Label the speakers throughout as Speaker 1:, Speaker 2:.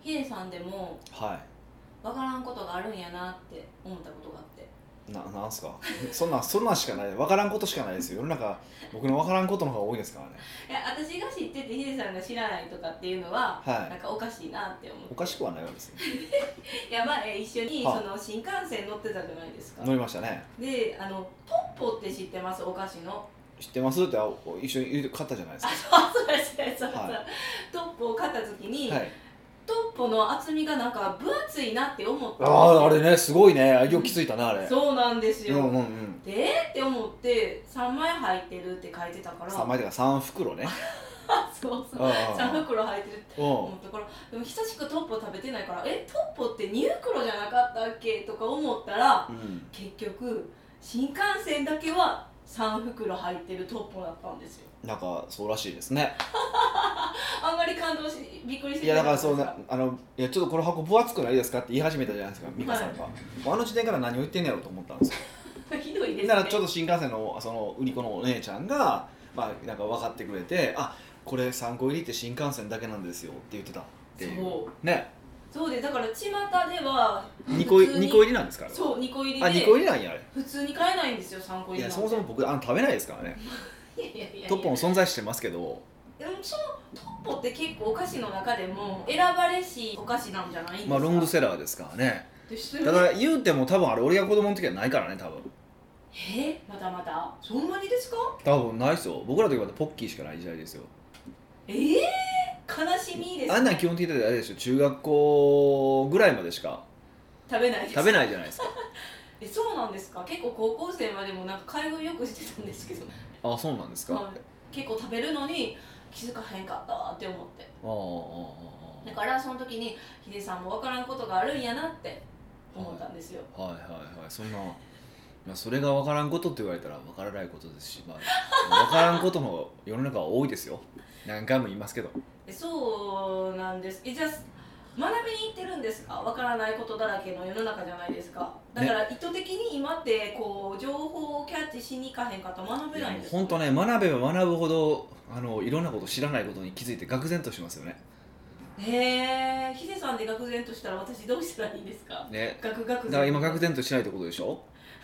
Speaker 1: ヒデさんでも
Speaker 2: は
Speaker 1: 分からんことがあるんやなって思ったことがあって
Speaker 2: いななんすか そんなんそんなんしかない分からんことしかないですよ世の中僕の分からんことの方が多いですからね
Speaker 1: いや私が知っててヒデさんが知らないとかっていうのは、
Speaker 2: はい
Speaker 1: なんかおかしいなって思
Speaker 2: おかしくはないわけですね
Speaker 1: ういやまあえ一緒に
Speaker 2: はい
Speaker 1: その新幹線乗ってたじゃないですか
Speaker 2: 乗りましたね
Speaker 1: であのトッポって知ってますお菓子の
Speaker 2: 知ってますってあお一緒に買ったじゃないです
Speaker 1: あ
Speaker 2: か
Speaker 1: そうそうそうそうそう、
Speaker 2: は
Speaker 1: トッポを買った時に、
Speaker 2: はい
Speaker 1: トッポの厚みがなんか分厚いなって思ったんです
Speaker 2: あ
Speaker 1: よ
Speaker 2: ああれねすごいねよく気づいたなあれ
Speaker 1: そうなんですよ、
Speaker 2: うんうんうん
Speaker 1: でえーって思って3枚入ってるって書いてたから
Speaker 2: 3枚とか3袋ね
Speaker 1: そうそう
Speaker 2: あ
Speaker 1: 3袋入ってるって
Speaker 2: うんうん
Speaker 1: 思ったからでも久しくトッポ食べてないからえトッポって2袋じゃなかったっけとか思ったら
Speaker 2: うん
Speaker 1: 結局新幹線だけは3袋入ってるトッポだったんですよ
Speaker 2: なんかそうらしいですね
Speaker 1: あんまり感動しびっくりして
Speaker 2: いやだから
Speaker 1: った
Speaker 2: そ
Speaker 1: ん
Speaker 2: う
Speaker 1: です
Speaker 2: なあのいやちょっとこの箱分厚くないですかって言い始めたじゃないですか美香さんが、あの時点から何を言ってんねやろうと思ったんですよ
Speaker 1: が ひどいですね
Speaker 2: だからちょっと新幹線のその売り子のお姉ちゃんが、まあ、なんか分かってくれてあこれ3個入りって新幹線だけなんですよって言ってたっていう
Speaker 1: そう
Speaker 2: ね
Speaker 1: そうでだから巷では
Speaker 2: 2個
Speaker 1: 普通に
Speaker 2: 二個入りなんですから
Speaker 1: そう2個入り
Speaker 2: あ2個
Speaker 1: で
Speaker 2: 入りなんやあれ
Speaker 1: 普通に買えないんですよ3個入り
Speaker 2: いやそもそも僕あの食べないですからね
Speaker 1: いやいやいやいや
Speaker 2: トッポも存在してますけど
Speaker 1: でもそのトッポって結構お菓子の中でも選ばれしお菓子なんじゃないんですか、
Speaker 2: まあロングセラーですからね
Speaker 1: です
Speaker 2: ただ言うても多分あれ俺が子供の時はないからね多分
Speaker 1: えまたまたそんなにですか
Speaker 2: 多分ないっすよ僕らの時はポッキーしかない時代ですよ
Speaker 1: えー、悲しみです
Speaker 2: あんなん基本的にあれでしょ中学校ぐらいまでしか
Speaker 1: 食べないです
Speaker 2: 食べ
Speaker 1: い
Speaker 2: ないじゃないですか
Speaker 1: えそうなんですか結構高校生までもなんか買い食いよくしてたんですけど、
Speaker 2: あそうなんですか、
Speaker 1: はい結構食べるのに気づかへんかったわって思って
Speaker 2: ああ
Speaker 1: だからその時にヒデさんも分からんことがあるんやなって思ったんですよ、
Speaker 2: あああはいはいはいそんな、まあ、それが分からんことって言われたら分からないことですし、まあ、分からんことの世の中は多いですよ何回も言いますけど
Speaker 1: えそうなんですえじゃあ学びに行ってるんですかわからないことだらけの世の中じゃないですかだから意図的に今ってこう情報をキャッチしに行かへんかと学べ
Speaker 2: い
Speaker 1: な
Speaker 2: や
Speaker 1: いんですか
Speaker 2: 本当ね学べば学ぶほどあのいろんなこと知らないことに気づいて愕然としますよね
Speaker 1: へえヒデさんで愕然としたら私どうしたらいいんですか
Speaker 2: ね
Speaker 1: ガクガク
Speaker 2: だから今愕然としないってことでしょ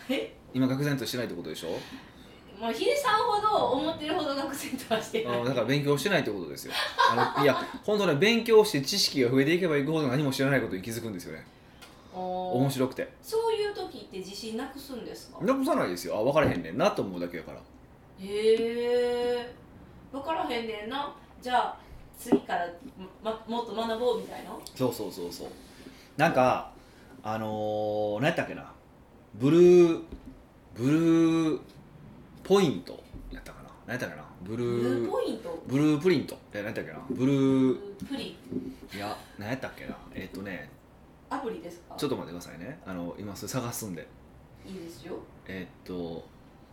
Speaker 1: え
Speaker 2: 今愕然としてないってことでしょ
Speaker 1: もうヒデさんほど思ってるほど愕然とはして
Speaker 2: あ
Speaker 1: ない
Speaker 2: のだから勉強してないってことですよあのいや本当ね勉強して知識が増えていけばいくほど何も知らないことに気づくんですよね
Speaker 1: お
Speaker 2: 面
Speaker 1: ー
Speaker 2: 白くて
Speaker 1: そういう時って自信なくすんですか
Speaker 2: 残さないですよあ分からへんねんなと思うだけやから
Speaker 1: へえ分からへんねんなじゃあ次からまもっと学ぼうみたいな
Speaker 2: そうそうそうそうなんかあのー、何やったっけなブルーブルーポイントやったかな何やったっけなブル
Speaker 1: ブ
Speaker 2: ー
Speaker 1: ルーポイント
Speaker 2: ブループリントえ何やったっけなブルー
Speaker 1: プリン
Speaker 2: いや何やったっけなえっとね
Speaker 1: アプリですか
Speaker 2: ちょっと待ってくださいねあの今それ探すんで
Speaker 1: いいですよ
Speaker 2: えっと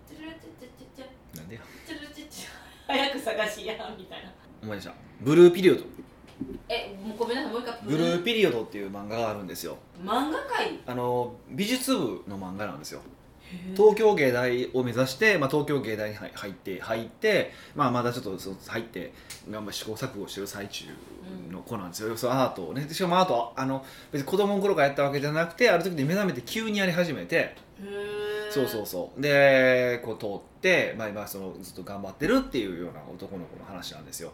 Speaker 1: チュルチュチュチュチュ
Speaker 2: なんでや
Speaker 1: チュルチュチュ早く探しやみたいな
Speaker 2: 思い出したブルーピリオド
Speaker 1: えもうごめんなさいもう一回
Speaker 2: ブルーピリオドっていう漫画があるんですよ
Speaker 1: 漫画界
Speaker 2: あの美術部の漫画なんですよ
Speaker 1: と
Speaker 2: 東京芸大を目指して、まあ、東京芸大に入入って入って、まあ、まだちょっとその入って頑張試行錯誤してる最中の子なんですよ、そのアートをねでしかもアートはあの別に子供の頃からやったわけじゃなくてある時に目覚めて急にやり始めて、そうそうそうでこう通って、まあ、今そのずっと頑張ってるっていうような男の子の話なんですよ、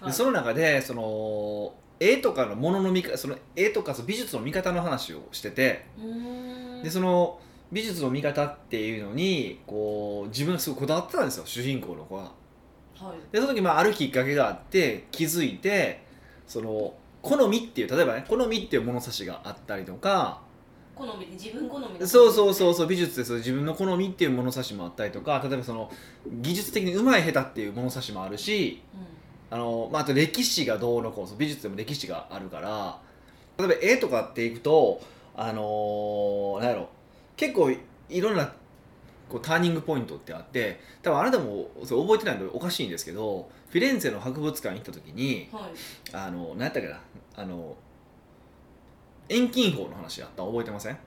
Speaker 1: はい
Speaker 2: でその中でその絵とかのものの見かその絵とかその美術の見方の話をしてて、
Speaker 1: うーん
Speaker 2: でその美術の見方っていうのにこう自分がすごいこだわってたんですよ主人公の子が
Speaker 1: はい
Speaker 2: でその時、まあ、あるきっかけがあって気づいてその好みっていう例えばね好みっていう物差しがあったりとか
Speaker 1: 好みで自分好みの
Speaker 2: そうそううそうそう美術です自分の好みっていう物差しもあったりとか例えばその技術的に上手い下手っていう物差しもあるしあの、まあ、あと歴史がどうのこうの美術でも歴史があるから例えば絵とかっていくとあのーなんやろ結構いいろんなこうターニングポイントってあって多分あなたもそれ覚えてないのでおかしいんですけどフィレンツェの博物館行った時に
Speaker 1: うんはい
Speaker 2: あの何やったっけなあの遠近法の話やった覚えてません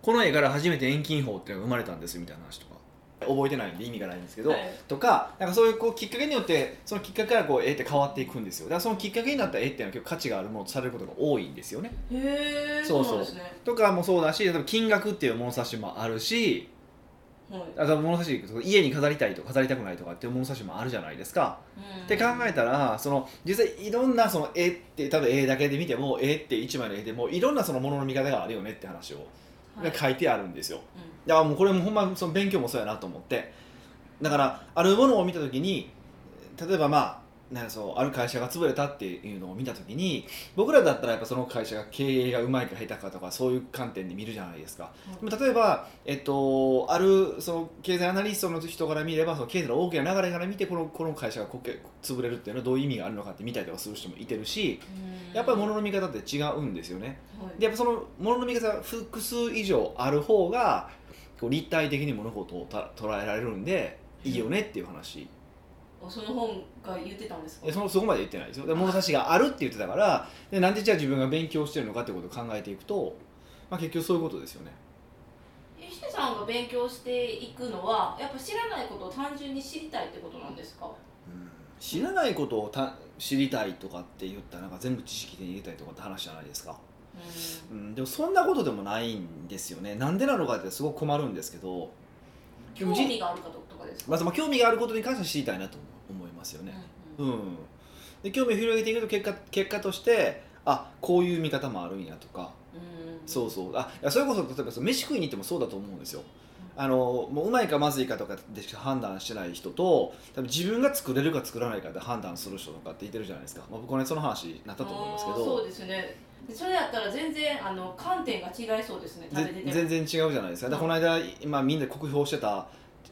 Speaker 2: この絵から初めて遠近法っていうのが生まれたんですみたいな話とか覚えてないんで意味がないんですけど、
Speaker 1: はい
Speaker 2: とかなんかそういうこうきっかけによってそのきっかけからこう絵って変わっていくんですよだからそのきっかけになった絵っていうのは結構価値があるものとされることが多いんですよね
Speaker 1: へえ
Speaker 2: そ
Speaker 1: そうう
Speaker 2: そう
Speaker 1: なんですね
Speaker 2: とかもそうだし例えば金額っていう物差しもあるし
Speaker 1: はい
Speaker 2: あと物差し家に飾りたいとか飾りたくないとかっていう物差しもあるじゃないですか
Speaker 1: うん
Speaker 2: って考えたらその実際いろんなその絵って例えば絵だけで見ても絵って一枚の絵でもいろんなそのものの見方があるよねって話を、
Speaker 1: はい
Speaker 2: 書いてあるんですよ
Speaker 1: うん
Speaker 2: だからもうこれもほんまその勉強もそうやなと思ってだからあるものを見た時に例えばまあなんかそうある会社が潰れたっていうのを見た時に僕らだったらやっぱその会社が経営がうまいか下手かとかそういう観点で見るじゃないですかでも例えば、えっと、あるその経済アナリストの人から見ればその経済の大きな流れから見てこのこの会社がこけ潰れるっていうのはどういう意味があるのかって見たりとかする人もいてるし
Speaker 1: うん
Speaker 2: やっぱり物の見方って違うんですよね。
Speaker 1: はい
Speaker 2: でやっぱそのものの見方が複数以上ある方がこう立体的に物事をた捉えられるんでいいよねっていう話
Speaker 1: あその本が言ってたんですか
Speaker 2: でそのそこまで言ってないですよで物差しがあるって言ってたからでなんでじゃあ自分が勉強してるのかってことを考えていくと、まあ、結局そういうことですよね
Speaker 1: 石手さんが勉強していくのはやっぱ知らないことを単純に知りたいってことなんですか
Speaker 2: 知らないことをた知りたいとかって言ったらなんか全部知識手に入れたいとかって話じゃないですか、
Speaker 1: うん
Speaker 2: うん、でもそんなことでもないんですよねなんでなのかってすごく困るんですけどでも
Speaker 1: 興
Speaker 2: じ
Speaker 1: 味があるかとかですか、
Speaker 2: まずまあ興味があることに関しては知りたいなと思いますよね、
Speaker 1: う
Speaker 2: うんん、で興味を広げていくと結果結果としてあこういう見方もあるんやとか、
Speaker 1: うんうん
Speaker 2: そうそうあいやそれこそ例えばその飯食いに行ってもそうだと思うんですよ
Speaker 1: うん
Speaker 2: あのもううまいかまずいかとかでしか判断してない人と多分自分が作れるか作らないかで判断する人とかって言ってるじゃないですか、まあ、僕はねその話になったと思いますけ
Speaker 1: あーそう
Speaker 2: ど
Speaker 1: ですねそれだったら全然あの観点が違いそうですね食べてて
Speaker 2: ぜ
Speaker 1: も
Speaker 2: 全然違うじゃないですかでこの間、今みんな酷評してた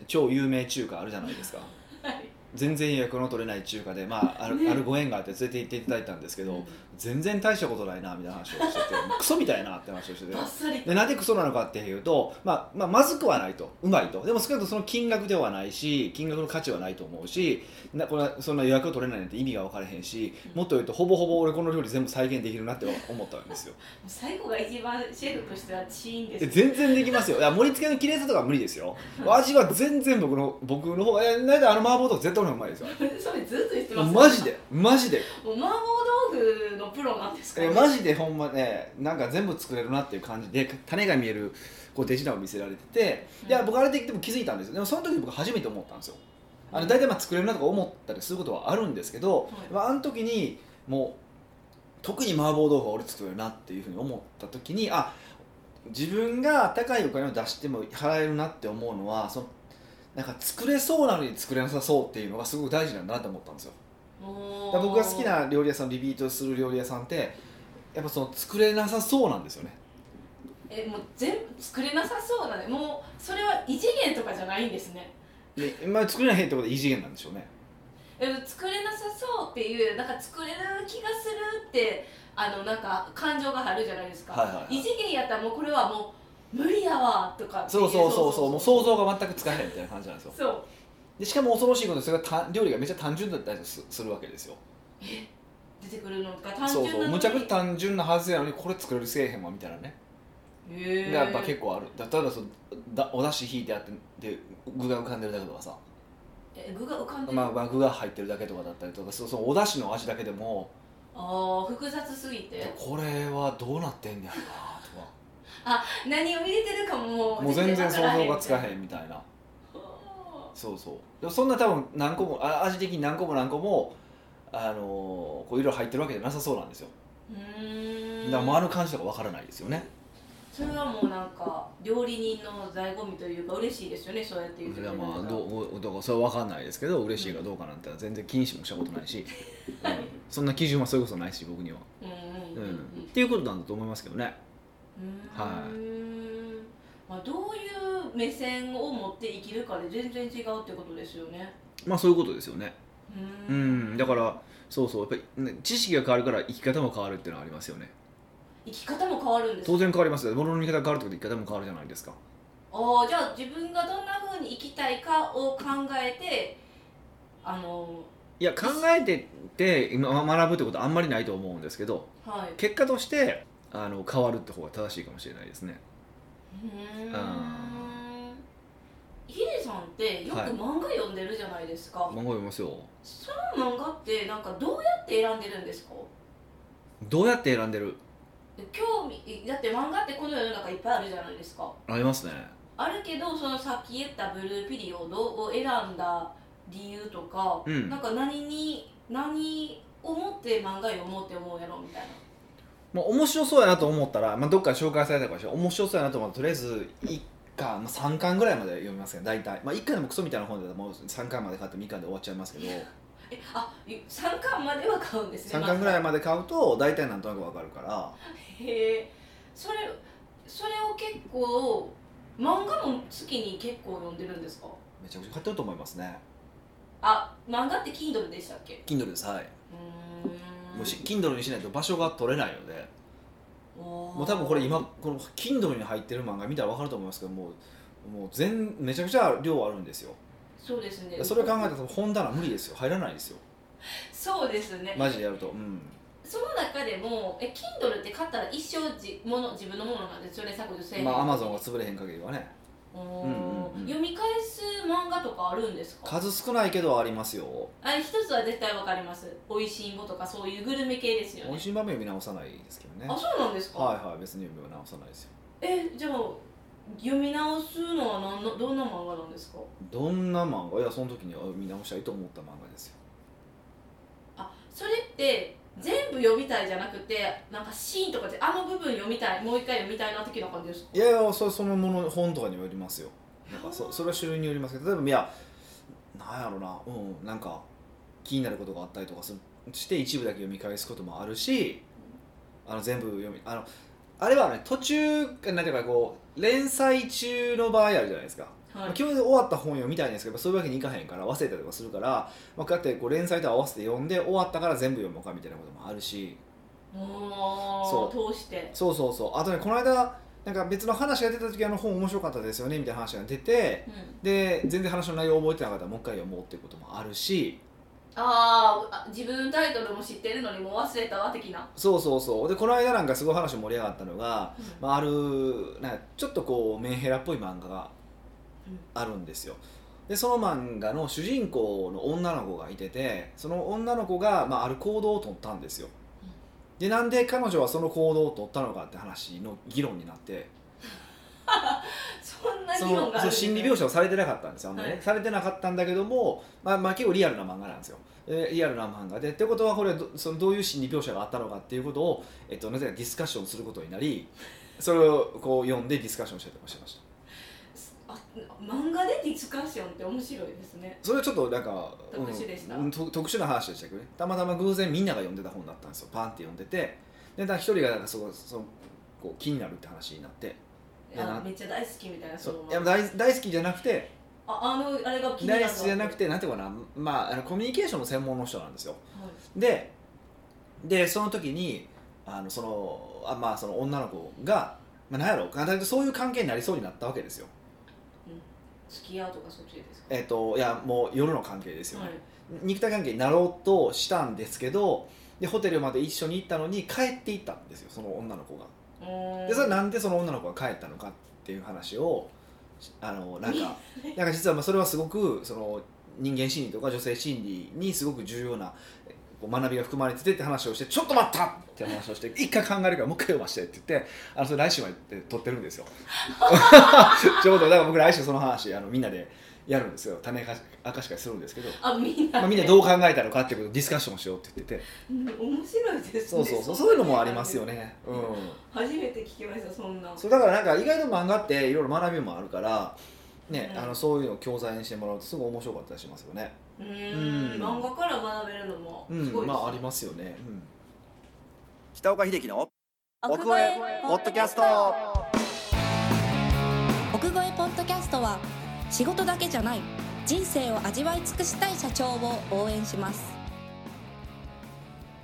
Speaker 2: 超有名中華あるじゃないですか
Speaker 1: はい
Speaker 2: 全然予約の取れない中華で、まあ、ある
Speaker 1: ね
Speaker 2: あるご縁があって連れて行っていただいたんですけど、
Speaker 1: うん
Speaker 2: 全然大したことないなみたいな話をしててもうクソみたいなって話をしてて
Speaker 1: バッサリ
Speaker 2: でなんでクソなのかっていうと、まあまあ、まずくはないとうまいとでも少なくともその金額ではないし金額の価値はないと思うしなこれそんな予約を取れないなんて意味が分からへんしもっと言うとほぼほぼ俺この料理全部再現できるなって思ったんで すよ
Speaker 1: 最後が一番シェフとしてはチーンです
Speaker 2: え全然できますよいや盛り付けの綺麗さとかは無理ですよ味は全然僕の僕の方がいやなんであの麻婆豆腐絶対俺の方がうまいですよ
Speaker 1: それずっと言ってます
Speaker 2: マジでマジで
Speaker 1: もう麻婆豆腐のプロなんですか
Speaker 2: え
Speaker 1: ら
Speaker 2: マジでほんまねなんか全部作れるなっていう感じで種が見えるこう手品を見せられてていや
Speaker 1: うん
Speaker 2: 僕あれで言っても気づいたんですよでもその時僕初めて思ったんですよあの大体まあ作れるなとか思ったりすることはあるんですけど、
Speaker 1: はい
Speaker 2: まあ、あの時にもう特に麻婆豆腐は俺作れるなっていうふうに思った時にあ自分が高いお金を出しても払えるなって思うのはそのなんか作れそうなのに作れなさそうっていうのがすごく大事なんだなと思ったんですよ
Speaker 1: おー
Speaker 2: だから僕が好きな料理屋さんリピートする料理屋さんってやっぱその作れなさそうなんですよね
Speaker 1: えもう全部作れなさそうなねもうそれは異次元とかじゃないんですね
Speaker 2: で、まあ、作れないってことは異次元なんでしょうね
Speaker 1: え作れなさそうっていうなんか作れる気がするってあのなんか感情が入るじゃないですか、
Speaker 2: はいはいはい
Speaker 1: 異次元やったらもうこれはもう無理やわとかってい
Speaker 2: そうそうそうそうもう想
Speaker 1: そう
Speaker 2: 像が全くつかないみたいな感じなんですよ
Speaker 1: そう
Speaker 2: でしかも恐ろしいことですが単料理がめっちゃ単純だったりすするわけですよ
Speaker 1: 出てくるのが単純
Speaker 2: そう
Speaker 1: な
Speaker 2: そう
Speaker 1: のに
Speaker 2: むちゃくちゃ単純なはずやのにこれ作れるせえへんわみたいなね
Speaker 1: へ
Speaker 2: が
Speaker 1: ー
Speaker 2: やっぱ結構あるだ例えばそのだお出汁引いてあってで具が浮かんでるだけとかさ、
Speaker 1: え具が浮かんでる、
Speaker 2: まあまあ、具が入ってるだけとかだったりとかそうそうお出汁の味だけでも
Speaker 1: あー複雑すぎて
Speaker 2: これはどうなってんねやろなとか
Speaker 1: 何を入れてるかも
Speaker 2: もう全然想像がつかへ
Speaker 1: ん
Speaker 2: んみたいなそうそうでもそんな多分何個もあ味的に何個も何個もあのーこういろいろ入ってるわけじゃなさそうなんですよ
Speaker 1: うーん
Speaker 2: だから回る感じとかわからないですよね
Speaker 1: それはもうなんか料理人の醍醐味というか嬉しいですよねそうやって言って
Speaker 2: い
Speaker 1: くれ
Speaker 2: や
Speaker 1: るのが
Speaker 2: まあどうどうかそれは分かんないですけど嬉しいかどうかなんて全然気にしもしたことないし、うんそんな基準はそれこそないし僕には、
Speaker 1: うんうん
Speaker 2: う
Speaker 1: うんうん
Speaker 2: ん、っていうことなんだと思いますけどね
Speaker 1: うー
Speaker 2: はい
Speaker 1: んまあ、どういう目線を持って生きるかで全然違うってことですよね
Speaker 2: まあそういうことですよね
Speaker 1: う
Speaker 2: うんんだからそうそうやっぱりね知識が変わるから生き方も変わるっていうのはありますよね
Speaker 1: 生き方も変わるんです
Speaker 2: 当然変わりますよ物の見方が変わるってことは生き方も変わるじゃないですか
Speaker 1: ああじゃあ自分がどんな風に生きたいかを考えてあの
Speaker 2: いや考えてって今学ぶってことはあんまりないと思うんですけど
Speaker 1: はい
Speaker 2: 結果としてあの変わるって方が正しいかもしれないですね
Speaker 1: うーん
Speaker 2: あ
Speaker 1: ヒデさんってよく
Speaker 2: はい
Speaker 1: 漫画読んでるじゃないですか、
Speaker 2: 漫画読みますよ
Speaker 1: その漫画ってなんかどうやって選んでるんですか
Speaker 2: どうやって選んでる
Speaker 1: 興味だって漫画ってこの世の中いっぱいあるじゃないですか
Speaker 2: ありますね
Speaker 1: あるけどそのさっき言ったブルーピリオドを選んだ理由とか、
Speaker 2: うん
Speaker 1: なんか何に何をもって漫画読もうって思うやろみたいな
Speaker 2: まあ、面白そうやなと思ったら、まあ、どっかで紹介されたかもしれない面白そうやなと思ったらとりあえず1巻、まあ、3巻ぐらいまで読みますけど大体、まあ、1巻でもクソみたいな本でもう3巻まで買っても1巻で終わっちゃいますけど
Speaker 1: えあ3巻までは買うんですね
Speaker 2: 3巻ぐらい
Speaker 1: ま
Speaker 2: まで買うと大体なんとなくわかるから
Speaker 1: ずへえそれそれを結構漫画も月に結構読んでるんですか
Speaker 2: めちゃくちゃ買ってると思いますね
Speaker 1: あ漫画って Kindle でしたっけ
Speaker 2: Kindle ですはいう
Speaker 1: ーん
Speaker 2: もうし Kindle にしないと場所が取れないので
Speaker 1: も
Speaker 2: もう多分これ今この Kindle に入ってる漫画見たらわかると思いますけどもうもう全めちゃくちゃ量あるんですよ
Speaker 1: そうですね
Speaker 2: それを考えたら多分本棚無理ですよ入らないですよ
Speaker 1: そうですね
Speaker 2: マジでやるとうん
Speaker 1: その中でもえ Kindle って買ったら一生じもの自分のものなんですよね削除せえへん
Speaker 2: まあアマゾンが潰れへん限りはね
Speaker 1: おー
Speaker 2: うんうんうん
Speaker 1: 読み返す漫画とかあるんですか
Speaker 2: 数少ないけどありますよ
Speaker 1: あ一つは絶対わかります「おいしんぼ」とかそういうグルメ系ですよ
Speaker 2: 美
Speaker 1: ね
Speaker 2: 味しい場面読み直さないですけどね
Speaker 1: あ
Speaker 2: は
Speaker 1: そうなんですか、
Speaker 2: いはい別に読み直さないですよ
Speaker 1: えじゃあ読み直すのは何のどんな漫画なんですか
Speaker 2: どんな漫画いやその時にあ読み直したいと思った漫画ですよ
Speaker 1: あそれって全部読みたいじゃなくてなんかシーンとかであの部分読みたいもう一回読みたいな的な感じですか
Speaker 2: いやいやそれそのもの本とかにもよりますよなんかそそれは種類によりますけど例えばいやなんやろうなうんなんか気になることがあったりとかするして一部だけ読み返すこともあるしあの全部読みあのあれはね途中なんていうかこう連載中の場合あるじゃないですか
Speaker 1: はい
Speaker 2: 基本で終わった本読みたいんですけどそういうわけにいかへんから忘れたりとかするから、まあ、こうやってこう連載と合わせて読んで終わったから全部読もうかみたいなこともあるし
Speaker 1: お
Speaker 2: そ
Speaker 1: ー通して
Speaker 2: そうそうそうあとねこの間なんか別の話が出た時あの本面白かったですよねみたいな話が出て
Speaker 1: うん
Speaker 2: で全然話の内容覚えてなかったらもう一回読もうっていうこともあるし
Speaker 1: あーあ自分タイトルも知ってるのにもう忘れたわ的な、
Speaker 2: そうそうそうでこの間なんかすごい話盛り上がったのが、
Speaker 1: うん
Speaker 2: まあ、あるなんかちょっとこうメンヘラっぽい漫画があるんですよでその漫画の主人公の女の子がいててその女の子が、まあ、ある行動をとったんですよ
Speaker 1: うん
Speaker 2: でなんで彼女はその行動をとったのかって話の議論になって
Speaker 1: そんな
Speaker 2: そ
Speaker 1: 議論
Speaker 2: の
Speaker 1: があ
Speaker 2: そ
Speaker 1: る
Speaker 2: の心理描写をされてなかったんですよあんまりね、
Speaker 1: はい
Speaker 2: されてなかったんだけども、まあ、まあ結構リアルな漫画なんですよでリアルな漫画でってことはこれどそのどういう心理描写があったのかっていうことを、えっと、なぜかディスカッションすることになりそれをこう読んでディスカッションしたりとかしてました
Speaker 1: あ漫画でディスカッションって面白いですね
Speaker 2: それはちょっとなんか
Speaker 1: 特殊でした
Speaker 2: うん、と特殊な話でしたけどねたまたま偶然みんなが読んでた本だったんですよパンって読んでてでだから一人がなんかそこそのこう気になるって話になっていや
Speaker 1: あ
Speaker 2: な
Speaker 1: めっちゃ大好きみたいな
Speaker 2: そ
Speaker 1: そうの
Speaker 2: いや
Speaker 1: 漫画
Speaker 2: 大大好きじゃなくて
Speaker 1: ああのあれが気になる
Speaker 2: 大
Speaker 1: わ
Speaker 2: 好きじゃなくてなんていうかな、まああの、コミュニケーションの専門の人なんですよ
Speaker 1: はい
Speaker 2: ででその時にあのそのあ、まあ、その女の子が、まあ、何やろう簡単に言うとそういう関係になりそうになったわけですよ
Speaker 1: 付き合うとかそっちですか
Speaker 2: えっ、といやもう夜の関係ですよね、
Speaker 1: はい
Speaker 2: 肉体関係になろうとしたんですけどでホテルまで一緒に行ったのに帰っていったんですよその女の子が
Speaker 1: うーん
Speaker 2: でそれなんでその女の子が帰ったのかっていう話をあのなんか なんか実はまあそれはすごくその人間心理とか女性心理にすごく重要なえこう学びが含まれててって話をして「ちょっと待った!」って話を して「一回考えるからもう一回読まして」って言ってあのそれ来週まで撮ってる んですよ ちょうどだから僕来週その話あのみんなでやるんですよ種明かし明かし会するんで すけど
Speaker 1: あみんな、
Speaker 2: まあ、みんなどう考えたのかっていうことをディスカッションしようって 言ってて
Speaker 1: うん面白いですね
Speaker 2: そうそうそうそういうのもありますよね、うん、
Speaker 1: 初めて聞きましたそんな
Speaker 2: そうだからなんか意外と漫画っていろいろ学びもあるから、ね
Speaker 1: うん
Speaker 2: あのそういうのを教材にしてもらうとすごい面白かったりしますよね、
Speaker 1: うーん漫画から学べるのもすご
Speaker 2: う
Speaker 1: い
Speaker 2: ん
Speaker 1: ですね、
Speaker 2: まあありますよね、うん、北岡秀樹の奥越えポッドキャスト
Speaker 3: 奥越えポッドキャストは仕事だけじゃない人生を味わい尽くしたい社長を応援します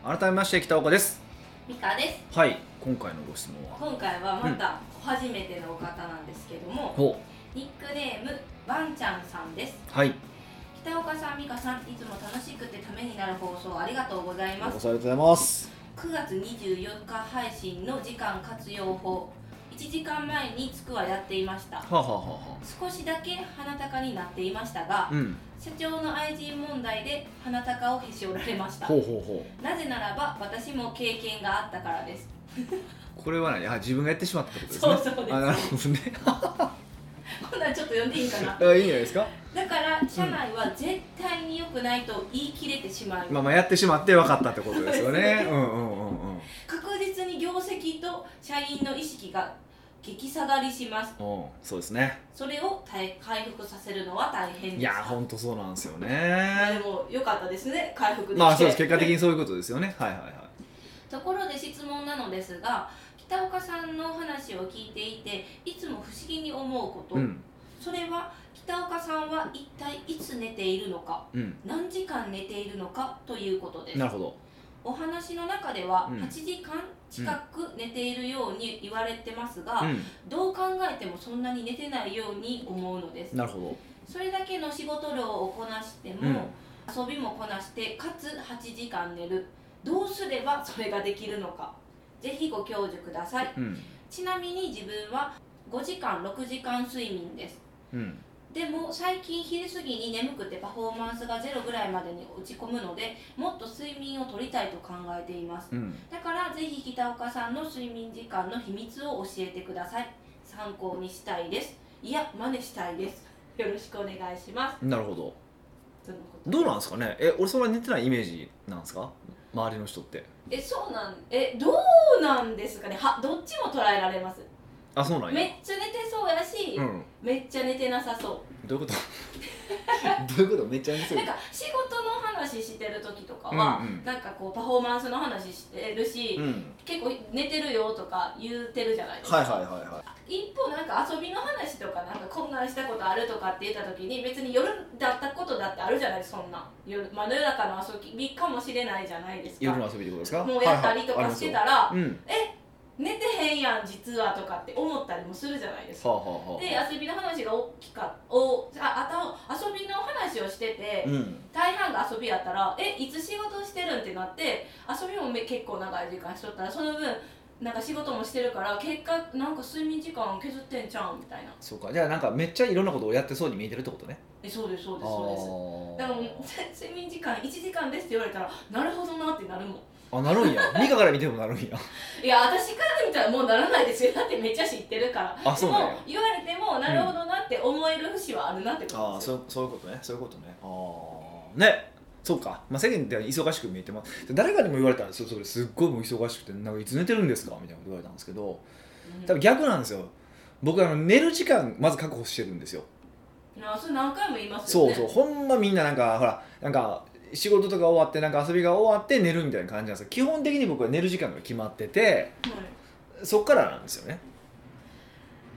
Speaker 2: 改めまして北岡です
Speaker 1: ミカです
Speaker 2: はい今回のご質問は
Speaker 1: 今回はまた初めてのお方なんですけども、
Speaker 2: ほ
Speaker 1: ニックネームワンちゃんさんです
Speaker 2: うはい
Speaker 1: 北岡さん美香さんいつも楽しくてためになる放送ありがとうござい
Speaker 2: ありが
Speaker 1: ます
Speaker 2: とうございます
Speaker 1: 9月24日配信の時間活用法1時間前につくはやっていました
Speaker 2: はあ、はあはあは
Speaker 1: 少しだけ鼻高になっていましたが
Speaker 2: あ、うん
Speaker 1: 社長の愛人問題で鼻高をへし折られました
Speaker 2: ほうほうほ
Speaker 1: なぜならば私も経験があったからです
Speaker 2: うこれは何あ自分がやってしまったってことですね
Speaker 1: そうそうです
Speaker 2: あなるほどね
Speaker 1: こんなんちょっと読んでいいかな
Speaker 2: あいいんじゃないですか
Speaker 1: だから社内は絶対に良くないと言い切れてしまい
Speaker 2: ま
Speaker 1: ま
Speaker 2: あ
Speaker 1: す
Speaker 2: まあやってしまって分かったってことですよ
Speaker 1: そうです
Speaker 2: ね
Speaker 1: ね
Speaker 2: うんうんうんうん
Speaker 1: 確実に業績と社員の意識が激下がりします
Speaker 2: うんそうですね
Speaker 1: それを回回復させるのは大変です
Speaker 2: いやーほんとそうなんですよ
Speaker 1: まあで
Speaker 2: ね
Speaker 1: も良かったですね回復できて
Speaker 2: まあそうです結果的にそういうことですよねはいはいはい
Speaker 1: ところで質問なのですが北岡さんのお話を聞いていていつも不思議に思うこと、
Speaker 2: うん
Speaker 1: それは北岡さんは一体いつ寝ているのか
Speaker 2: うん
Speaker 1: 何時間寝ているのかということです
Speaker 2: なるほど
Speaker 1: お話の中では
Speaker 2: うん
Speaker 1: 8時間近く寝ているように言われてますが、
Speaker 2: う
Speaker 1: どう考えてもそんなに寝てないように思うのです
Speaker 2: んなるほ
Speaker 1: それだけの仕事量をこなしても、
Speaker 2: どうん
Speaker 1: 遊びもこなしてかつ8時間寝るどうすればそれができるのかぜひご教授ください
Speaker 2: うん
Speaker 1: ちなみに自分は5時間6時間睡眠です
Speaker 2: うん
Speaker 1: でも最近昼過ぎに眠くてパフォーマンスがゼロぐらいまでに落ち込むのでもっと睡眠を取りたいと考えています
Speaker 2: うん
Speaker 1: だからぜひ北岡さんの睡眠時間の秘密を教えてください参考にしたいですいや真似したいですよろしくお願いします
Speaker 2: なるほど
Speaker 1: とのこと
Speaker 2: どうなんですかねえ俺そんな寝てないイメージなんですか周りの人って
Speaker 1: えそうなんえどうなんですかねはどっちも捉えられます
Speaker 2: あそうなん
Speaker 1: めっ
Speaker 2: や
Speaker 1: ちゃ寝てそうやし、
Speaker 2: うん
Speaker 1: めっちゃ寝てなさそ
Speaker 2: どういうこと どういうことめっちゃ寝
Speaker 1: う
Speaker 2: て
Speaker 1: なんか仕事の話してる時とかは、
Speaker 2: うんうん
Speaker 1: なんかこうパフォーマンスの話してるし、
Speaker 2: うん
Speaker 1: 結構寝てるよとか言うてるじゃないですか、
Speaker 2: はいはいはいは
Speaker 1: 一方なんか遊びの話とかなんかこんなんしたことあるとかって言った時に別に夜だったことだってあるじゃないですかそんな夜真夜中の遊びかもしれないじゃないです
Speaker 2: い夜
Speaker 1: か
Speaker 2: の遊びってことですか
Speaker 1: もうやったりとかしてたら、
Speaker 2: はいはいありますようん
Speaker 1: 寝てへんやん実はとかって思ったりもするじゃないですか
Speaker 2: はあはあは
Speaker 1: で遊びの話が大きかおああと遊びの話をしてて、
Speaker 2: あうん
Speaker 1: 大半が遊びやったらえいつ仕事してるんってなって遊びもめ結構長い時間しとったらその分なんか仕事もしてるから結果なんか睡眠時間削ってんちゃうんみたいな
Speaker 2: そうかじゃあなんかめっちゃいろんなことをやってそうに見えてるってことね
Speaker 1: えそうですそうですそうです
Speaker 2: あ
Speaker 1: だからもう睡眠時間1時間ですって言われたらなるほどなってなるもん
Speaker 2: ああな るんやミカから見てもなるんや
Speaker 1: いや私から見たらもうならないですよだってめっちゃ知ってるから
Speaker 2: あそうなん
Speaker 1: で
Speaker 2: や
Speaker 1: も言われてもなるほどなって思える節はあるなってことですよ、
Speaker 2: うそういうことねそういうことねああねそうか、まあ、世間では忙しく見えてますで誰かにも言われたんですよそれすっごいもう忙しくてなんかいつ寝てるんですかみたいなこと言われたんですけど
Speaker 1: うん
Speaker 2: 多分逆なんですよ僕あの寝る時間まず確保してるんですよ
Speaker 1: あそれ何回も言いますよ
Speaker 2: そう
Speaker 1: ね
Speaker 2: そうほんまみんななんかほらなんか仕事とか終わってなんか遊びが終わって寝るみたいな感じなんですよ基本的に僕は寝る時間が決まってて
Speaker 1: はい
Speaker 2: そっからなんですよね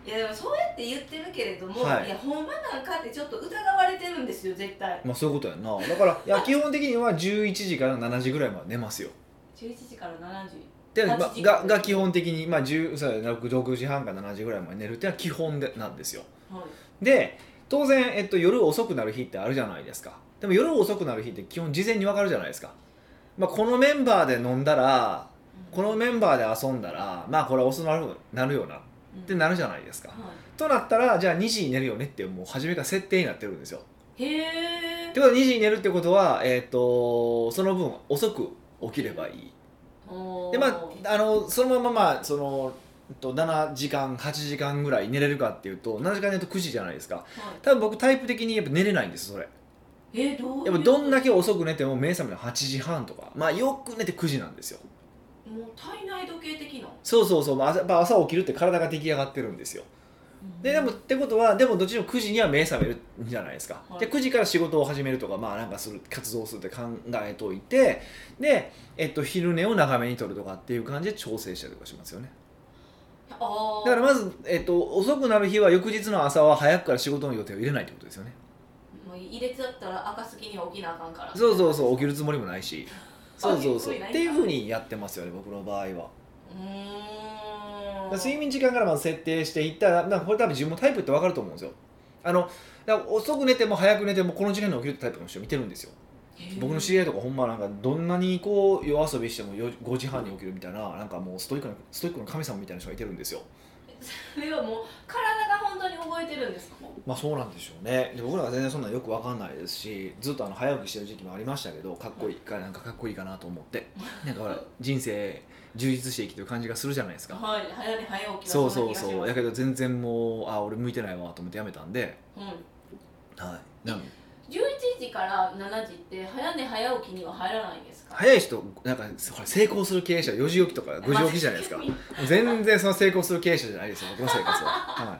Speaker 1: いやでもそうやって言ってるけれども、
Speaker 2: はい
Speaker 1: い、やほんまなんかってちょっと疑われてるんですよ絶対
Speaker 2: まあそういうことやんなだからいや基本的には11時から7時ぐらいまで寝ますよ
Speaker 1: 11時から7時
Speaker 2: で、まあ
Speaker 1: 8時
Speaker 2: がが基本的に、まあ、10そうやな6時半から7時ぐらいまで寝るっていうのは基本でなんですよ
Speaker 1: はい
Speaker 2: で当然、えっと、夜遅くなる日ってあるじゃないですかでも夜遅くなる日って基本事前に分かるじゃないですか、まあ、このメンバーで飲んだらこのメンバーで遊んだらまあこれは遅なるなるよなっ
Speaker 1: うん
Speaker 2: てなるじゃないですか、
Speaker 1: は
Speaker 2: となったらじゃあ2時に寝るよねってもう初めから設定になってるんですよ
Speaker 1: い、へ
Speaker 2: っ
Speaker 1: え
Speaker 2: てことは2時に寝るってことは、えっとその分遅く起きればいいでまあ、あのそのまま、まあ、そのえっと7時間8時間ぐらい寝れるかっていうと7時間寝ると9時じゃないですか多分僕タイプ的にやっぱ寝れないんですそれ
Speaker 1: えー、どう
Speaker 2: やっぱどんだ
Speaker 1: け
Speaker 2: け遅く寝ても目覚めの8時半とかまあよく寝て9時なんですよ
Speaker 1: もう体内時計的な、
Speaker 2: そうそうそう、まあ、朝やっぱ朝起きるって体が出来上がってるんですよ
Speaker 1: うん
Speaker 2: ででもってことはでもどっちも9時には目覚めるじゃないですか、
Speaker 1: はい
Speaker 2: で9時から仕事を始めるとかまあなんかする活動をするって考えておいてで、えっと、昼寝を長めにとるとかっていう感じで調整したりとかしますよね
Speaker 1: ああ
Speaker 2: だからまず、えっと、遅くなる日は翌日の朝は早くから仕事の予定を入れないってことですよね
Speaker 1: もう入れてだったら赤すきには起きなあかんから
Speaker 2: そうそうそう起きるつもりもないしそうそうそう
Speaker 1: あ
Speaker 2: っていうふうにやってますよね僕の場合はだか
Speaker 1: うーん
Speaker 2: ら睡眠時間からまず設定していったらなんかこれ多分自分のタイプって分かると思うんですよあのだから遅く寝ても早く寝てもこの時間に起きるってタイプの人見てるんですよ僕の知り合いとかほんまなんかどんなにこう夜遊びしてもよ5時半に起きるみたいななんかもうストイックなストイックの神様みたいな人がいてるんですよ
Speaker 1: へーそれはもう体が本当に覚えてるんですか
Speaker 2: まあそうなんでしょうねで僕らは全然そんなのよくわかんないですしずっとあの早起きしてる時期もありましたけどかっこいいかなんかかっこいいかなと思ってなんかほら人生充実して生きてる感じがするじゃないですか
Speaker 1: はい早寝早起きは
Speaker 2: そうん
Speaker 1: な
Speaker 2: そう
Speaker 1: 気がします
Speaker 2: そうやけど全然もうあ俺向いてないわと思ってやめたんで
Speaker 1: うん
Speaker 2: はいなんか
Speaker 1: 11時から7時って早寝早起きには入らないんですか
Speaker 2: 早い人なんかほら成功する経営者4時起きとか5時起きじゃないですか全然その成功する経営者じゃないですよ僕の生活は、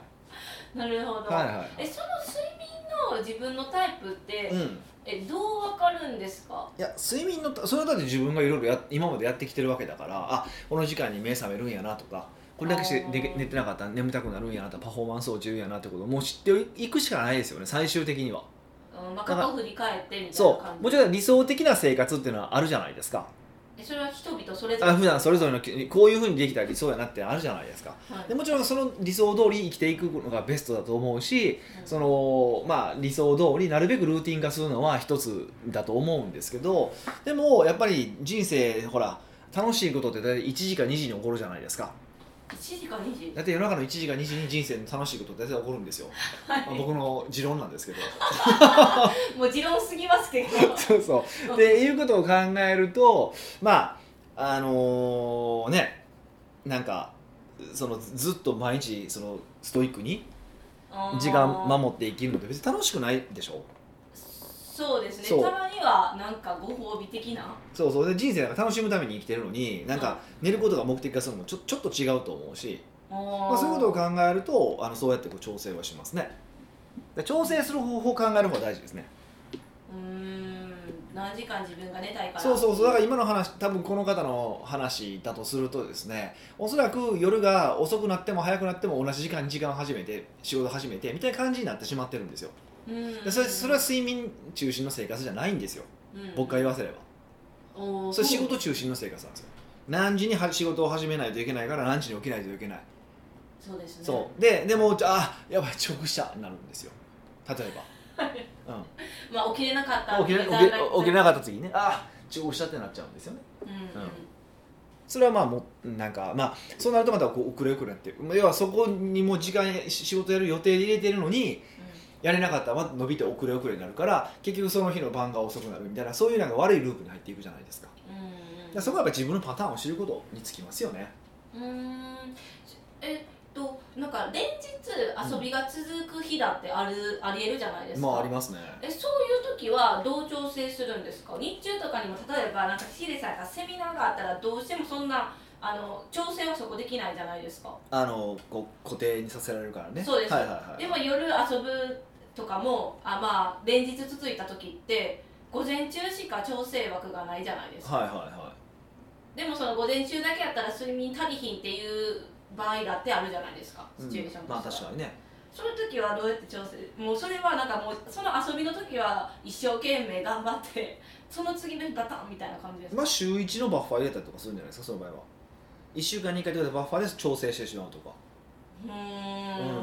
Speaker 2: は
Speaker 1: なるほど、
Speaker 2: い、はいは
Speaker 1: えその睡眠の自分のタイプって、
Speaker 2: いうん
Speaker 1: えどうわかるんですか
Speaker 2: いや睡眠のそれはだって自分がいろいろ今までやってきてるわけだからあこの時間に目覚めるんやなとかこれだけして
Speaker 1: あー
Speaker 2: で寝てなかったら眠たくなるんやなとかパフォーマンス落ちるんやなってことをもう知っていくしかないですよね最終的には
Speaker 1: うんまあ、過去振り返ってみたいな
Speaker 2: そ
Speaker 1: 感じ
Speaker 2: うもちろん理想的な生活っていうのはあるじゃないですか
Speaker 1: えそれは人々それぞれ
Speaker 2: あ普段それぞれのこういうふうにできたら理想やなってあるじゃないですか
Speaker 1: はい
Speaker 2: でもちろんその理想通り生きていくのがベストだと思うし
Speaker 1: うん
Speaker 2: そのまあ理想通りなるべくルーティン化するのは一つだと思うんですけどでもやっぱり人生ほら楽しいことって大体1時か2時に起こるじゃないですか
Speaker 1: 1時か2時
Speaker 2: だって世の中の1時か2時に人生の楽しいことって大体起こるんですよ、
Speaker 1: はい
Speaker 2: まあ僕の持論なんで すけど
Speaker 1: もう持論すぎますけど
Speaker 2: そうそうっていうことを考えるとまああのねなんかそのずっと毎日そのストイックに時間
Speaker 1: っ
Speaker 2: 守って生きるのって別に楽しくないでしょ
Speaker 1: そうです
Speaker 2: そ
Speaker 1: ね
Speaker 2: う
Speaker 1: たまにはなんかご褒美的な
Speaker 2: そうそうで人生なんか楽しむために生きてるのになんか寝ることが目的化するのもちょちょっと違うと思うし、
Speaker 1: ま
Speaker 2: まあ、そういうことを考えるとあのそうやってこう調整はしますねで調整する方法を考える方が大事ですね
Speaker 1: うーん何時間自分が寝たいから
Speaker 2: そうそうそうだから今の話多分この方の話だとするとですねおそらく夜が遅くなっても早くなっても同じ時間に時間を始めて仕事を始めてみたいな感じになってしまってるんですよ
Speaker 1: うん
Speaker 2: でそれそれは睡眠中心の生活じゃないんですよ
Speaker 1: うん
Speaker 2: 僕が言わせれば
Speaker 1: おー
Speaker 2: それ仕事中心の生活なんですよ何時には仕事を始めないといけないから何時に起きないといけない、
Speaker 1: そうですね
Speaker 2: そうででもあやばい遅刻したになるんですよ例え ば、う
Speaker 1: まあ起きれなかった
Speaker 2: ん、起きれ
Speaker 1: 時
Speaker 2: 起き
Speaker 1: 間
Speaker 2: れ
Speaker 1: が
Speaker 2: 起きれなかった次ねあ遅刻したってなっちゃうんですよね
Speaker 1: うん
Speaker 2: それはまあもうなんかまあそうなるとまたこう遅れ遅れって要はそこにもう時間し仕事やる予定で入れてるのにやれなかったらまた伸びて遅れ遅れになるから結局その日の晩が遅くなるみたいなそういうなんか悪いループに入っていくじゃないですか
Speaker 1: うんうんう
Speaker 2: だか
Speaker 1: ん
Speaker 2: らそこはやっぱ自分のパターンを知ることにつきますよね
Speaker 1: うーんえっとなんか連日遊びが続く日だってある、ありえるじゃないですか
Speaker 2: まあありますね
Speaker 1: えそういう時はどう調整するんですか日中とかにも例えばなんかヒデさんがセミナーがあったらどうしてもそんなあの調整はそこできないじゃないですか
Speaker 2: あのこう固定にさせられるからね
Speaker 1: そうです
Speaker 2: はいはいはい
Speaker 1: でも夜遊ぶとかもあまあ連日続いた時って午前中しか調整枠がないじゃないですか、
Speaker 2: はいはいは
Speaker 1: でもその午前中だけやったら睡眠足りひんっていう場合だってあるじゃないですか
Speaker 2: い
Speaker 1: シチュエーション
Speaker 2: うんまあ
Speaker 1: とし
Speaker 2: 確
Speaker 1: ては
Speaker 2: かにね
Speaker 1: その時はどうやって調整もうそれはなんかもうその遊びの時は一生懸命頑張ってその次の日バタンみたいな感じですか
Speaker 2: まあ週1のバッファー入れたりとかするんじゃないですかその場合は1週間に1回とかバッファーで調整してしまうとか
Speaker 1: うーん
Speaker 2: うん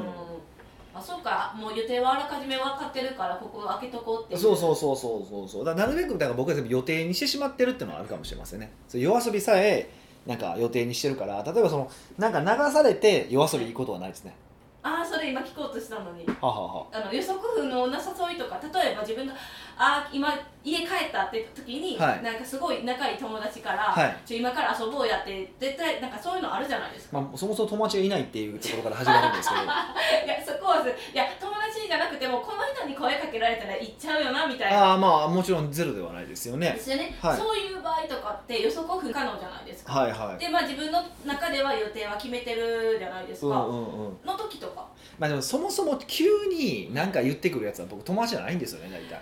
Speaker 1: あそうかもう予定はあらかじめ分かってるからここ開けとこうっていう
Speaker 2: そうそうそうそうそうそうだからなるべくだから僕は全部予定にしてしまってるっていうのはあるかもしれませんねそう夜遊びさえなんか予定にしてるから例えばそのなんか流されて夜遊び行くことはないですね
Speaker 1: ああそれ今聞こうとしたのに
Speaker 2: はあはあは
Speaker 1: あの予測不能な誘いとか例えば自分が「ああ今家帰った」って時に、
Speaker 2: はい
Speaker 1: なんかすごい仲いい友達から「
Speaker 2: はい
Speaker 1: ちょ今から遊ぼうや」って絶対なんかそういうのあるじゃないですか
Speaker 2: あ、まあ、そもそも友達がいないっていうところから始まるんですけど
Speaker 1: いやそこはずいや友達じゃなくてもこの人に声かけられたら行っちゃうよなみたいな
Speaker 2: ああまあもちろんゼロではないですよね
Speaker 1: ですよね、
Speaker 2: はい
Speaker 1: そういう場合とかって予測不可能じゃないですか、
Speaker 2: はいはい
Speaker 1: でまあ自分の中では予定は決めてるじゃないです
Speaker 2: うん
Speaker 1: か、
Speaker 2: うんうん
Speaker 1: の時とか
Speaker 2: まあでもそもそも急に何か言ってくるやつは僕友達じゃないんですよね大体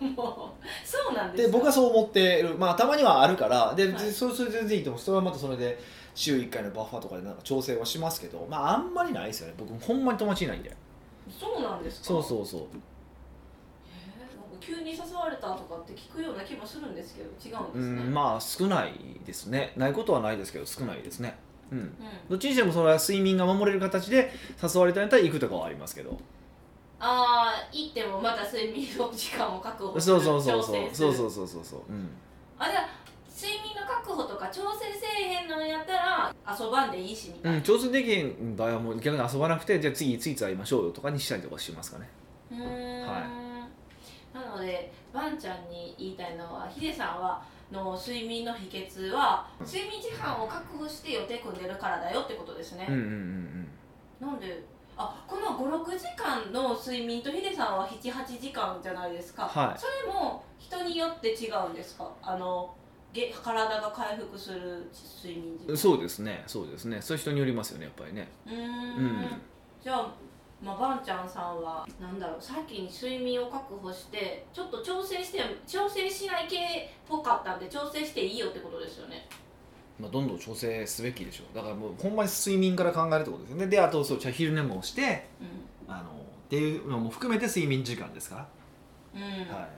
Speaker 1: もうそうなんです
Speaker 2: で
Speaker 1: か
Speaker 2: 僕はそう思ってるまあたまにはあるからで、
Speaker 1: はい
Speaker 2: それそれ全然いいと思うそれはまたそれで週1回のバッファーとかでなんか調整はしますけどまああんまりないですよね僕ほんまに友達いないんで
Speaker 1: そうなんですか
Speaker 2: そうそうそう
Speaker 1: えーなんか急に誘われたとかって聞くような気もするんですけど違うん
Speaker 2: う
Speaker 1: ですね
Speaker 2: ん
Speaker 1: ま
Speaker 2: まあ少ないですねないことはないですけど少ないですねうん
Speaker 1: うん、
Speaker 2: どっちにしてもそれは睡眠が守れる形で誘われたんやったら行くとかはありますけど
Speaker 1: ああ行ってもまた睡眠の時間を確保す
Speaker 2: そ
Speaker 1: る
Speaker 2: うそうそうそう
Speaker 1: 調整す
Speaker 2: そ
Speaker 1: る
Speaker 2: うそうそうそうそううん
Speaker 1: あじゃあ睡眠の確保とかか調整せえへんのやったら遊ばんでいいしみた
Speaker 2: う
Speaker 1: いな、
Speaker 2: ん、調整できへん場合はもう逆に遊ばなくてじゃあ次いついつ会いましょうよとかにしたりとかしますかね
Speaker 1: うーん
Speaker 2: は
Speaker 1: なのでばんちゃんに言いたいのはヒデさんはの睡眠の秘訣は睡眠時間を確保して予定組んでるからだよってことです
Speaker 2: うん
Speaker 1: ね、
Speaker 2: うんうんうん
Speaker 1: なんであこの56時間の睡眠とヒデさんは78時間じゃないですか、
Speaker 2: はい
Speaker 1: それも人によって違うんですかあのげ体が回復する睡眠時間
Speaker 2: そうですねそうですねそういう人によりますよねやっぱりね
Speaker 1: うーん
Speaker 2: うん
Speaker 1: じゃあ、まあ、ばんちゃんさんはなんだろう先に睡眠を確保してちょっと調整して調整しない系っぽかったんで調整していいよってことですよね
Speaker 2: まあ、どんどん調整すべきでしょうだからもうほんまに睡眠から考えるってことですよねであとそうじゃあ昼寝もして
Speaker 1: う
Speaker 2: あのっていうのも含めて睡眠時間ですか
Speaker 1: ん、うん
Speaker 2: ら、はい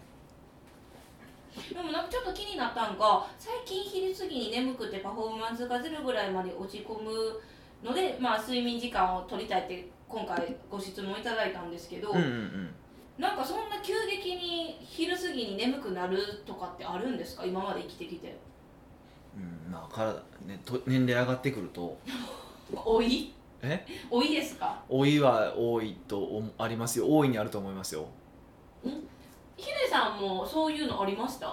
Speaker 1: でもなんかちょっと気になったんが最近昼過ぎに眠くてパフォーマンスがゼロぐらいまで落ち込むので、まあ、睡眠時間を取りたいって今回ご質問いただいたんですけど、
Speaker 2: うんうんうん
Speaker 1: なんかそんな急激に昼過ぎに眠くなるとかってあるんですか今まで生きてきて
Speaker 2: うんまあ体ねと年齢上がってくると
Speaker 1: 老い
Speaker 2: え
Speaker 1: 老いですか
Speaker 2: 老いは多いと思ありますよ大いにあると思いますよ
Speaker 1: ヒデさんもそういうのありました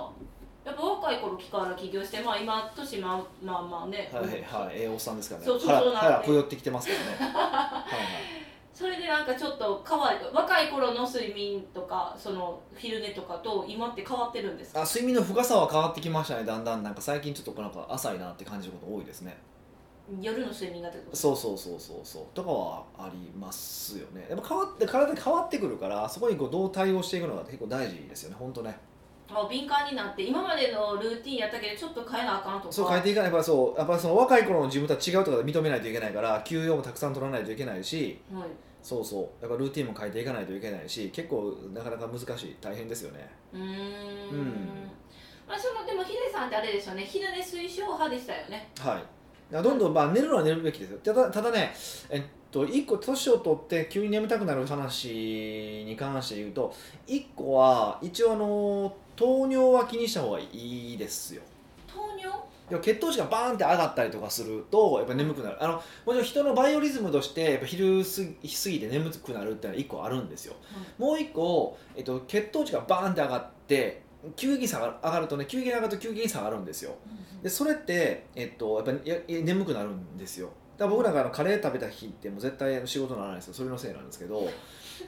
Speaker 1: やっぱ若い頃期から起業してまあ今年まあまあまあね、
Speaker 2: いええおっさんですから
Speaker 1: そうそうそうなんで
Speaker 2: ってきてます からねはいはい
Speaker 1: それでなんかちょっと変わる若い頃の睡眠とかその昼寝とかと今って変わってるんですか
Speaker 2: あ睡眠の深さは変わってきましたねだんだんなんか最近ちょっとなんか浅いなって感じること多いですね
Speaker 1: 夜の睡眠がってこと
Speaker 2: そうそうそうそうそうとかはありますよねやっぱ変わって体変わってくるからそこにこうどう対応していくのが結構大事ですよね本当ね
Speaker 1: あ敏感になって今までのルーティンやったけどちょっと変えなあかんとか
Speaker 2: そう変えていかないやっぱそうやっぱその若い頃の自分とは違うとかで認めないといけないから休養もたくさん取らないといけないし
Speaker 1: はい
Speaker 2: そうそうだからルーティンも変えていかないといけないし結構なかなか難しい大変ですよね
Speaker 1: うーん
Speaker 2: うん
Speaker 1: まあそのでもヒデさんってあれですよね昼寝推奨派でしたよね
Speaker 2: はいだからどんどんまあ寝るのは寝るべきですよただただねえっと1個年を取って急に眠たくなる話に関して言うと1個は一応あの糖尿は気にした方がいいですよ
Speaker 1: 糖尿
Speaker 2: 要は血糖値がバーンって上がったりとかするとやっぱ眠くなるあのもちろん人のバイオリズムとしてやっぱ昼過ぎ過ぎて眠くなるっていうのは1個あるんですよ、もう1個、えっと、血糖値がバーンって上がって急激に下がる上がるとね急激に上がると急激に下がるんですよでそれって、えっと、やっぱりやや眠くなるんですよだから僕なんかあのカレー食べた日ってもう絶対仕事にならないんですよそれのせいなんですけど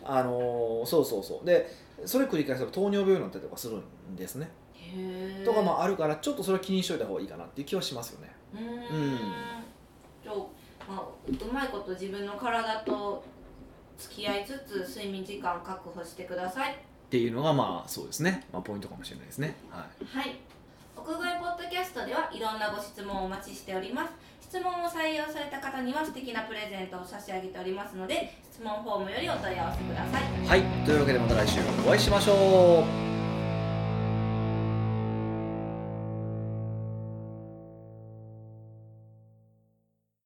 Speaker 2: あのーそうそうそうでそれ繰り返すと糖尿病になったりとかするんですね
Speaker 1: へえ
Speaker 2: とかもあるからちょっとそれは気にしといた方がいいかなっていう気はしますよね
Speaker 1: うー
Speaker 2: うんん
Speaker 1: じゃあ、まあ、うまいこと自分の体と付き合いつつ睡眠時間を確保してください
Speaker 2: っていうのがまあそうですね、まあ、ポイントかもしれないですねは
Speaker 1: はい屋外ポッドキャストではいろんなご質問をお待ちしております質問を採用された方には素敵なプレゼントを差し上げておりますので質問フォームよりお問い合わせください
Speaker 2: い、はい、というわけでまた来週お会いしましょう